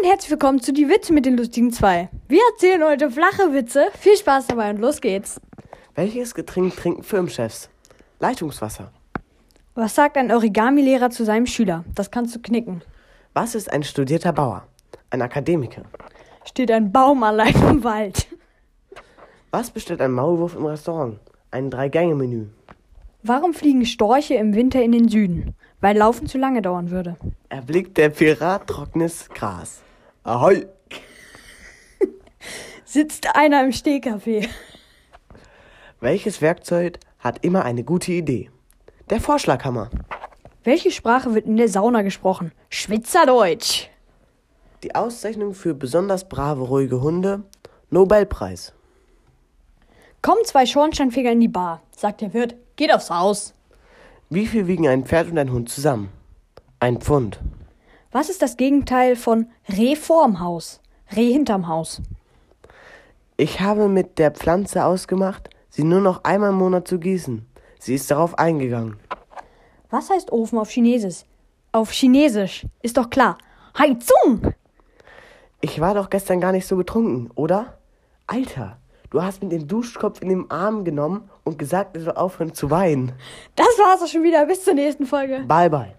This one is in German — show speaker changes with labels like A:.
A: und herzlich willkommen zu Die Witze mit den lustigen zwei. Wir erzählen heute flache Witze. Viel Spaß dabei und los geht's.
B: Welches Getränk trinken Firmenchefs? Leitungswasser.
A: Was sagt ein Origami-Lehrer zu seinem Schüler? Das kannst du knicken.
B: Was ist ein studierter Bauer? Ein Akademiker.
A: Steht ein Baum allein im Wald.
B: Was bestellt ein Maulwurf im Restaurant? Ein Drei-Gänge-Menü.
A: Warum fliegen Storche im Winter in den Süden? Weil Laufen zu lange dauern würde.
B: Erblickt der Pirat trockenes Gras. Ahoi!
A: Sitzt einer im Stehkaffee.
B: Welches Werkzeug hat immer eine gute Idee? Der Vorschlaghammer.
A: Welche Sprache wird in der Sauna gesprochen? Schwitzerdeutsch.
B: Die Auszeichnung für besonders brave, ruhige Hunde? Nobelpreis.
A: Kommen zwei Schornsteinfeger in die Bar, sagt der Wirt. Geht aufs Haus.
B: Wie viel wiegen ein Pferd und ein Hund zusammen? Ein Pfund.
A: Was ist das Gegenteil von Reh vorm Haus? Reh hinterm Haus.
B: Ich habe mit der Pflanze ausgemacht, sie nur noch einmal im Monat zu gießen. Sie ist darauf eingegangen.
A: Was heißt Ofen auf Chinesisch? Auf Chinesisch, ist doch klar. Heizung!
B: Ich war doch gestern gar nicht so betrunken, oder? Alter, du hast mir den Duschkopf in den Arm genommen und gesagt, ich soll aufhören zu weinen.
A: Das war's auch schon wieder. Bis zur nächsten Folge.
B: Bye, bye.